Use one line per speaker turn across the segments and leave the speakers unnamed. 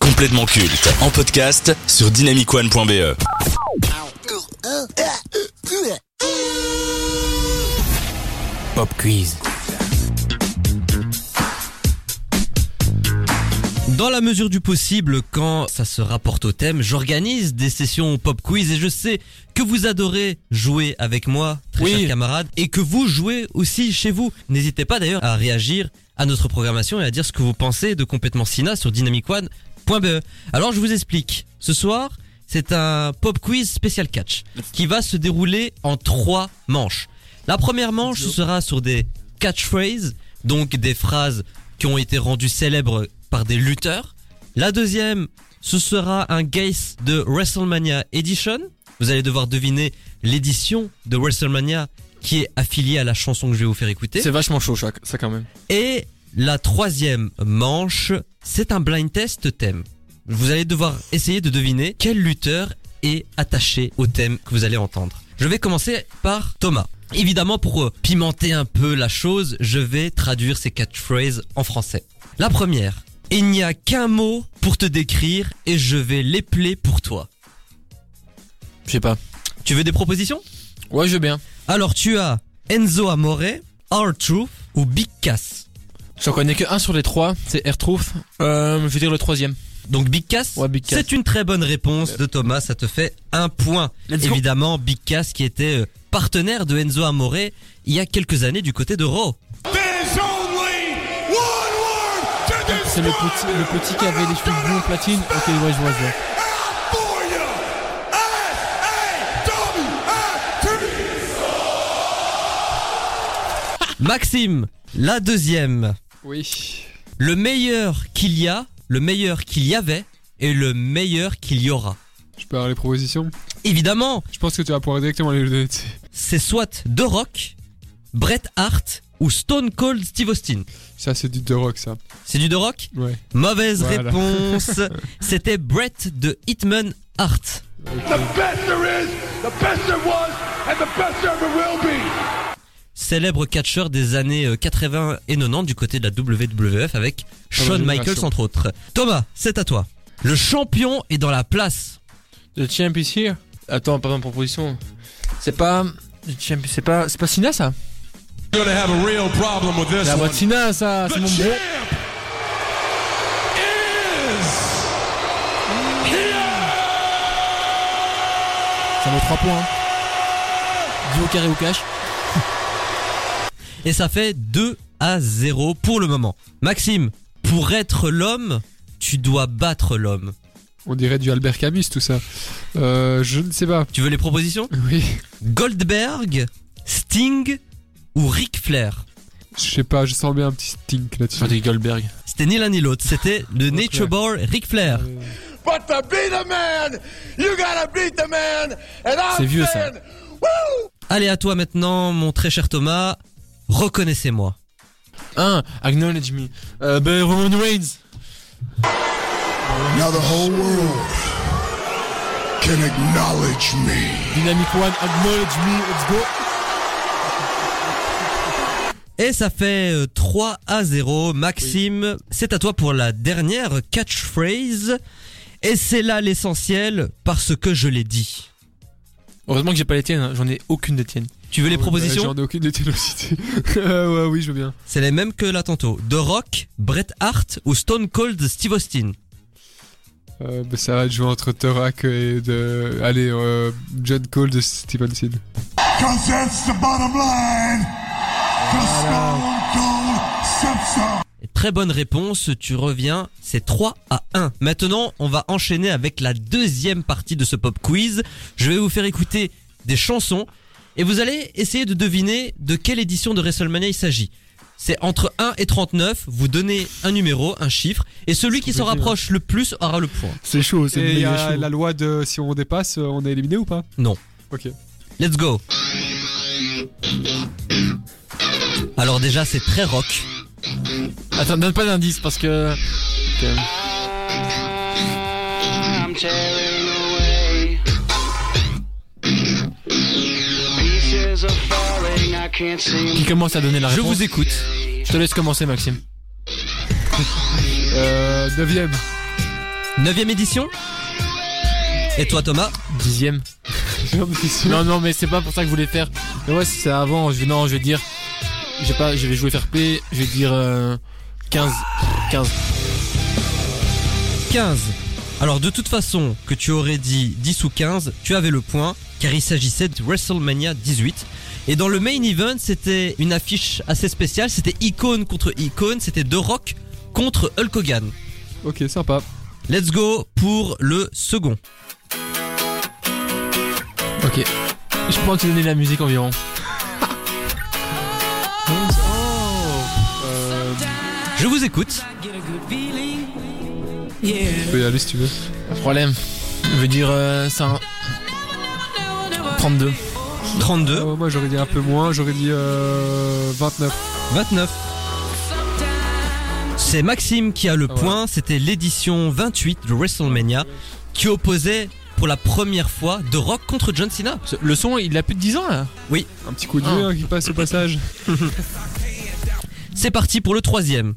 complètement culte en podcast sur dynamicone.be.
Pop quiz.
Dans la mesure du possible, quand ça se rapporte au thème, j'organise des sessions pop quiz et je sais que vous adorez jouer avec moi, très
Oui.
chers camarades, et que vous jouez aussi chez vous. N'hésitez pas d'ailleurs à réagir à notre programmation et à dire ce que vous pensez de complètement Sina sur dynamicone.be. Alors je vous explique. Ce soir, c'est un pop quiz spécial catch qui va se dérouler en trois manches. La première manche sera sur des catchphrases, donc des phrases qui ont été rendues célèbres par des lutteurs. La deuxième, ce sera un guess de WrestleMania Edition. Vous allez devoir deviner l'édition de WrestleMania qui est affiliée à la chanson que je vais vous faire écouter.
C'est vachement chaud ça, ça quand même.
Et la troisième manche, c'est un blind test thème. Vous allez devoir essayer de deviner quel lutteur est attaché au thème que vous allez entendre. Je vais commencer par Thomas. Évidemment, pour euh, pimenter un peu la chose, je vais traduire ces catchphrases en français. La première. Il n'y a qu'un mot pour te décrire et je vais l'épeler pour toi.
Je sais pas.
Tu veux des propositions
Ouais, je veux bien.
Alors tu as Enzo Amore, R-Truth ou Big Cass.
J'en connais que un sur les trois, c'est Air Truth. Euh, je veux dire le troisième.
Donc Big Cass,
Ouais, Big Cass.
c'est une très bonne réponse de Thomas, ça te fait un point.
Let's go.
Évidemment, Big Cass qui était euh, partenaire de Enzo Amore il y a quelques années du côté de Raw.
There's only one word to
C'est le petit, le petit qui avait les cheveux blonds platine. Ok, ouais, je vois, je vois.
California! S-A-W-I-T!
Maxime, la deuxième.
Oui.
Le meilleur qu'il y a, le meilleur qu'il y avait et le meilleur qu'il y aura.
Je peux avoir les propositions
Évidemment,
Je pense que tu vas pouvoir directement les donner. tu sais.
c'est soit The Rock, Bret Hart ou Stone Cold Steve Austin.
Ça, c'est du The Rock, ça.
C'est du The Rock
Ouais.
Mauvaise
Voilà.
réponse. C'était Bret de Hitman Hart.
The best there is, the best there was, and the best there ever will be!
célèbre catcheur des années euh, 80 et 90 du côté de la WWF avec Shawn
génération.
Michaels entre autres. Thomas, c'est à toi. Le champion est dans la place.
The Champ is here. Attends, pas ma proposition. C'est pas. The Champ, c'est pas. C'est pas Sina ça
You're gonna have a real problem with this
La voix de Sina ça, c'est mon bro. Ça vaut 3 points.
hein.
Du au carré au cash.
Et ça fait 2 à 0 pour le moment. Maxime, pour être l'homme, tu dois battre l'homme.
On dirait du Albert Camus, tout ça. Euh, je ne sais pas.
Tu veux les propositions
Oui.
Goldberg, Sting ou Ric Flair
Je sais pas, je sens bien un petit stink là-dessus.
des Goldberg.
C'était ni l'un ni l'autre, c'était le Nature Boy Ric Flair.
But to be the man, you gotta beat the man, and I'm
C'est vieux, ça.
saying, woo!
Allez à toi maintenant, mon très cher Thomas. Reconnaissez-moi.
1. Hein, Acknowledge me. Euh, ben, Roman Reigns.
Now the whole world can acknowledge me.
Dynamic One, acknowledge me, let's go.
Et ça fait euh, 3 à 0. Maxime, c'est à toi pour la dernière catchphrase. Et c'est là l'essentiel parce que je l'ai dit.
Heureusement que j'ai pas les tiennes, hein, j'en ai aucune des tiennes.
Tu veux les
Ouais, bah,
propositions
J'en ai aucune des ténocités. euh, ouais, oui, je veux bien.
C'est les mêmes que là tantôt. The Rock, Bret Hart ou Stone Cold Steve Austin.
Euh, bah, ça va être joué entre Thorac et de. Allez, euh, John Cole de Stevenson.
Cause that's the bottom line. The Stone Cold Simpson.
Très bonne réponse, tu reviens, c'est 3 à 1. Maintenant, on va enchaîner avec la deuxième partie de ce pop quiz. Je vais vous faire écouter des chansons et vous allez essayer de deviner de quelle édition de WrestleMania il s'agit. C'est entre 1 et 39, vous donnez un numéro, un chiffre, et celui qui s'en rapproche le plus aura le point.
Oh, C'est chaud,
Et il y a la loi de si on dépasse, euh, on est éliminé ou pas
Non.
Ok.
Let's go Alors déjà, c'est très rock.
Attends, donne pas d'indice parce que. Ok.
I'm tearing away. Pieces are falling, I can't seem
Qui commence à donner la
Je
réponse
vous écoute.
Je te laisse commencer, Maxime.
Euh, 9ème.
9ème édition. Et toi, Thomas
Dixième. Non, non, mais c'est pas pour ça que je voulais faire. Mais ouais, si c'est avant, je vais, non, je vais dire. J'ai pas, je vais jouer fair play, je vais dire euh, 15. 15.
15. Alors, de toute façon, que tu aurais dit 10 ou 15, tu avais le point, car il s'agissait de WrestleMania 18. Et dans le main event, c'était une affiche assez spéciale. C'était icône contre icône. C'était The Rock contre Hulk Hogan.
Ok, sympa.
Let's go pour le second.
Ok. Je prends que tu donnais la musique environ.
Euh,
Je vous écoute.
tu peux y aller si tu veux.
Pas de problème. Je veux dire euh, c'est un 32.
32,
Euh, moi j'aurais dit un peu moins, j'aurais dit euh, 29.
29. C'est Maxime qui a le
Ah ouais.
point. C'était l'édition 28 de WrestleMania qui opposait pour la première fois The Rock contre John Cena.
Ce- Le son, il a plus de 10 ans là.
Un petit coup de vieux hein, qui passe au passage.
C'est parti pour le troisième.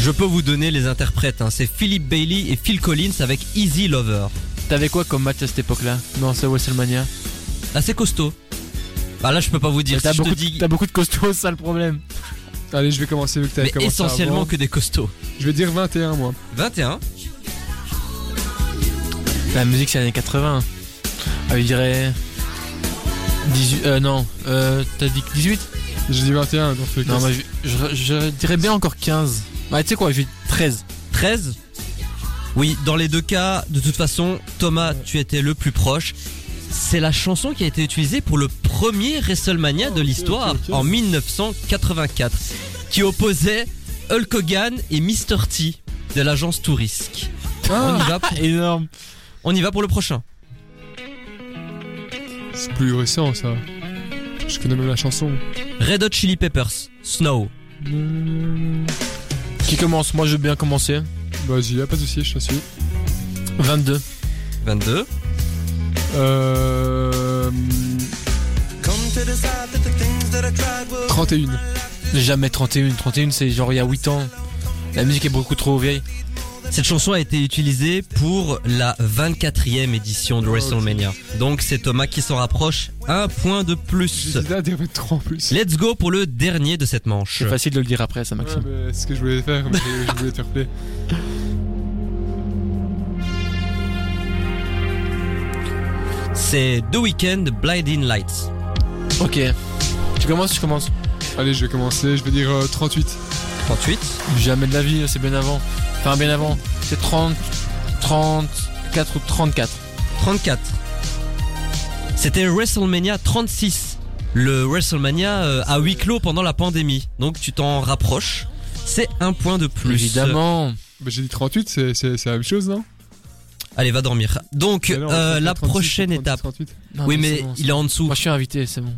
Je peux vous donner les interprètes, hein. c'est Philip Bailey et Phil Collins avec Easy Lover.
T'avais quoi comme match à cette époque là Non, c'est WrestleMania.
Assez costaud. Bah là je peux pas vous dire,
T'as
si je te
beaucoup,
dis-
t'as beaucoup de costauds, c'est ça le problème.
Allez, je vais commencer vu que t'avais
mais
commencé
essentiellement
avant.
que des costauds.
Je vais dire 21 moi.
21,
La musique, c'est années 80. Ah, je dirais. 18. Euh, non. Euh, t'as dit 18
J'ai dit 21 donc le
Non,
cas-
mais je, je- je dirais bien encore 15. Bah, tu sais quoi, je vais 13.
13. Oui, dans les deux cas, de toute façon, Thomas, tu étais le plus proche. C'est la chanson qui a été utilisée pour le premier WrestleMania de l'histoire
ok, ok.
en 1984, qui opposait Hulk Hogan et Mr. T de l'agence Tourisk.
Ah,
On, y va pour,
Énorme.
on y va pour le prochain.
C'est plus récent ça. Je connais même la chanson.
Red Hot Chili Peppers, Snow.
Qui commence Moi, je veux bien commencer.
Vas-y, Bah, y a pas de soucis, je te suis.
22.
22.
Euh... 31.
Jamais 31. 31, c'est genre il y a 8 ans. La musique est beaucoup trop vieille.
Cette chanson a été utilisée pour la 24e édition de WrestleMania. Donc c'est Thomas qui s'en rapproche. Un point de plus.
J'hésitais à dire 23 en plus.
Let's go pour le dernier de cette manche.
C'est facile de le dire après, ça, Maxime.
Ouais, mais c'est ce que je voulais faire, mais je voulais te faire play.
C'est The Weeknd Blinding Lights.
Ok. Tu commences, tu commences.
Allez, je vais commencer, je vais dire euh, 38.
38.
Jamais de la vie, c'est bien avant. Enfin, bien avant. C'est 30, 34 ou 34.
34. C'était WrestleMania 36. Le WrestleMania euh, à huis clos pendant la pandémie. Donc tu t'en rapproches. C'est un point de plus.
Évidemment.
Bah, j'ai dit 38, c'est, c'est, c'est la même chose, non
Allez, va dormir. Donc
Mais non,
euh,
38,
la
36,
prochaine
38,
étape.
38.
Non,
oui,
c'est
mais
bon, c'est
il est en dessous.
bon. Moi, je suis invité, c'est bon.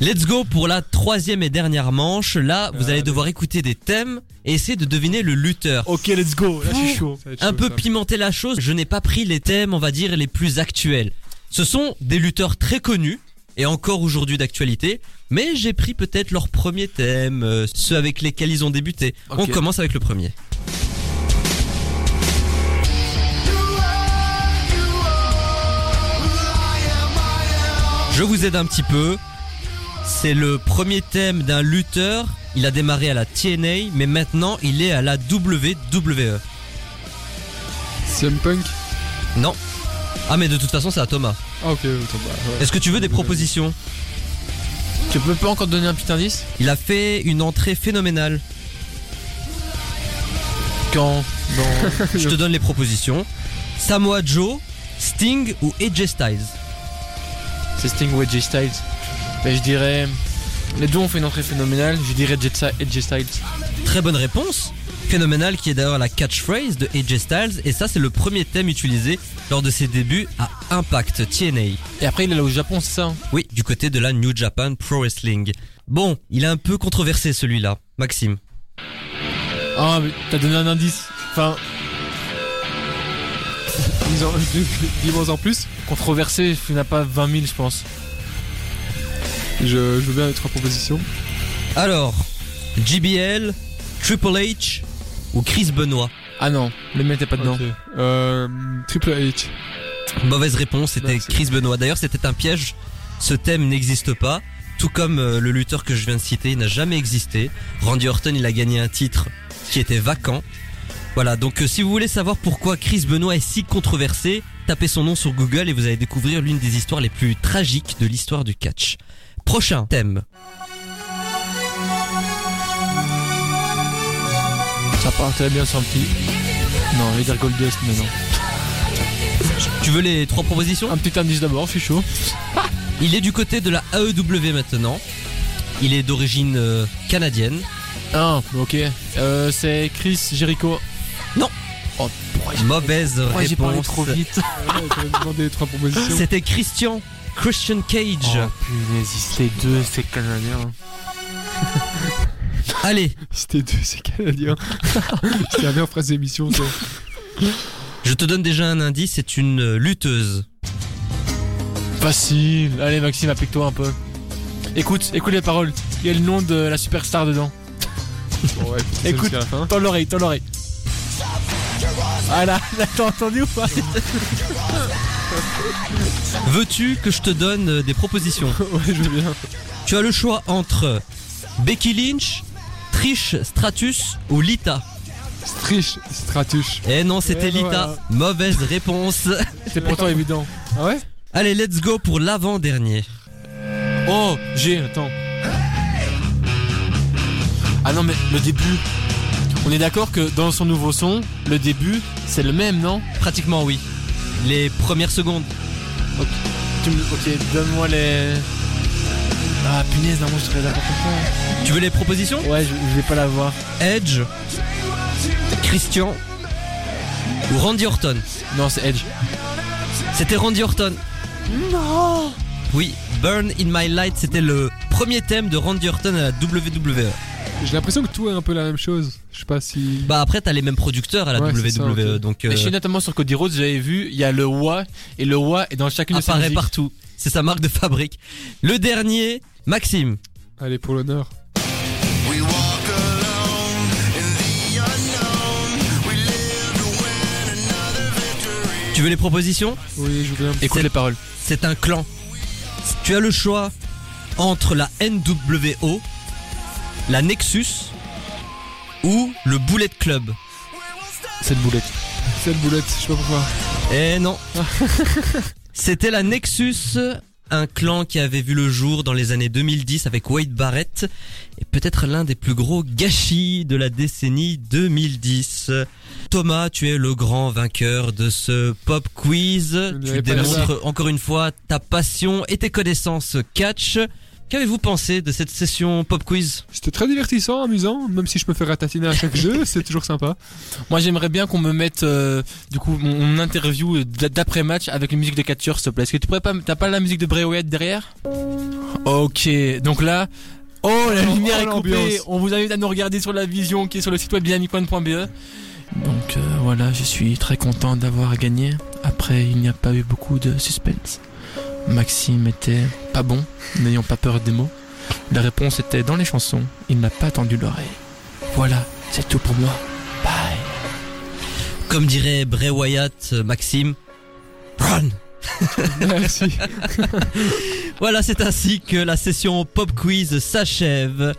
Let's go pour la troisième et dernière manche. Là, vous allez
Allez.
devoir écouter des thèmes et essayer de deviner le lutteur.
Ok, let's go. Là, je suis chaud.
Ça va être
Un
chaud,
peu
ça.
pimenter la chose, je n'ai pas pris les thèmes, on va dire, les plus actuels. Ce sont des lutteurs très connus et encore aujourd'hui d'actualité, mais j'ai pris peut-être leurs premiers thèmes, euh, ceux avec lesquels ils ont débuté. On
Ok.
commence avec le premier. Je vous aide un petit peu. C'est le premier thème d'un lutteur. Il a démarré à la TNA, mais maintenant il est à la E. WWE.
CM Punk
Non. Ah mais de toute façon c'est à Thomas.
Ah, ok, autant, bah, ouais.
Est-ce que tu veux des propositions
Tu peux pas encore donner un petit indice
Il a fait une entrée phénoménale.
Quand Dans.
Je te donne les propositions. Samoa Joe, Sting ou AJ Styles.
c'est Sting ou Edge Styles. Mais je dirais. Les deux ont fait une entrée phénoménale. Je dirais Jetsa et Styles.
Très bonne réponse. Phénoménale qui est d'ailleurs la catchphrase de AJ Styles et ça c'est le premier thème utilisé lors de ses débuts à Impact TNA.
Et après, il est là au Japon, c'est ça hein
Oui, du côté de la New Japan Pro Wrestling. Bon, il est un peu controversé celui-là, Maxime.
Ah, mais t'as donné un indice. Enfin,
Ils ont- Dis-moi en plus.
controversé, il n'y en a pas 20 000, je pense.
Je, je veux bien les trois propositions.
Alors, JBL, Triple H ou Chris Benoit
Ah non, le mien était pas dedans.
Ok. Euh, Triple H.
Mauvaise réponse, c'était
Non, c'est-
Chris Benoit. D'ailleurs, c'était un piège. Ce thème n'existe pas. Tout comme euh, le lutteur que je viens de citer il n'a jamais existé. Randy Orton, il a gagné un titre qui était vacant. Voilà, donc euh, si vous voulez savoir pourquoi Chris Benoit est si controversé, tapez son nom sur Google et vous allez découvrir l'une des histoires les plus tragiques de l'histoire du catch. Prochain thème.
Ça partirait bien sur un petit. Non, je vais dire Goldust, mais non.
Tu veux les trois propositions
Un petit indice d'abord, je suis chaud.
Il est du côté de la AEW maintenant. Il est d'origine euh, canadienne.
Ah, ok. Euh, c'est Chris Jericho.
Non.
Oh, pourquoi j'ai- Oh.
Mauvaise
pourquoi j'ai parlé
réponse.
trop vite
Ouais, t'avais demandé les trois propositions.
C'était Christian Christian Cage.
Oh.
punaise, les deux, c'est canadien.
Allez,
C'était deux, c'est canadien. C'était la meilleure phrase d'émission, ça.
je te donne déjà un indice, c'est une euh, lutteuse.
Facile. Allez, Maxime, applique-toi un peu. Écoute, écoute les paroles. Il y a le nom de la superstar dedans.
Bon, ouais, c'est
Écoute.
jusqu'à la fin.
Tends l'oreille, tends l'oreille. Ah là, là, t'as entendu ou pas
Veux-tu que je te donne euh, des propositions
Ouais, je veux bien.
Tu as le choix entre Becky Lynch, Trish Stratus ou Lita.
Striche, Stratuche.
Eh non, c'était
Eh ben
Lita.
voilà.
Mauvaise réponse.
C'est pourtant évident.
Ah ouais
Allez, let's go pour l'avant-dernier.
Oh, j'ai, attends. Ah non, mais le début. On est d'accord que dans son nouveau son, le début, c'est le même, non
Pratiquement oui. Les premières secondes.
Tu me- Ok, donne-moi les. Ah punaise, non, moi je serais d'accord pour
Tu veux les propositions
ça. Ouais, je, je vais pas l'avoir.
Edge, Christian ou Randy Orton.
Non, c'est Edge.
Euh. C'était Randy Orton.
Non
Oui, Burn in My Light, c'était le premier thème de Randy Orton à la E. WWE.
J'ai l'impression que tout est un peu la même chose. Je sais pas si.
Bah après, t'as les mêmes producteurs à la
Ouais,
WWE,
c'est ça, ok.
donc euh,
Mais je suis notamment sur Cody Rhodes, j'avais vu, il y a le Wa, et le Wa est dans chacune de ses
apparaît
musiques.
partout. C'est sa marque de fabrique. Le dernier, Maxime.
Allez, pour l'honneur.
Tu veux les propositions
Oui, je veux bien.
Écoute
C'est-
les paroles.
C'est un clan. Tu as le choix entre la NWO, la Nexus ou le Bullet Club.
Cette boulette.
Cette boulette, je sais pas pourquoi.
Eh non. C'était la Nexus, un clan qui avait vu le jour dans les années 2010 avec Wade Barrett, et peut-être l'un des plus gros gâchis de la décennie 2010. Thomas, tu es le grand vainqueur de ce pop quiz.
n'y
Tu
avait pas de
démontres encore une fois ta passion et tes connaissances catch. Qu'avez-vous pensé de cette session pop quiz
C'était très divertissant, amusant, même si je me fais ratatiner à chaque jeu, c'est toujours sympa.
Moi j'aimerais bien qu'on me mette euh, du coup mon, mon interview d- d'après-match avec une musique de catcheur s'il te plaît. Est-ce que tu pourrais pas m- t'as pas la musique de Bray Wyatt derrière OK, donc là Oh la
Oh,
lumière
oh,
est coupée.
l'ambiance.
On vous invite à nous regarder sur la vision qui est sur le site web dynamicone.be. Donc euh, voilà, je suis très content d'avoir gagné. Après, il n'y a pas eu beaucoup de suspense. Maxime était pas bon, n'ayant pas peur des mots. La réponse était dans les chansons. Il n'a pas tendu l'oreille. Voilà, c'est tout pour moi. Bye.
Comme dirait Bray Wyatt, euh, Maxime, run
Merci.
Voilà, c'est ainsi que la session pop quiz s'achève.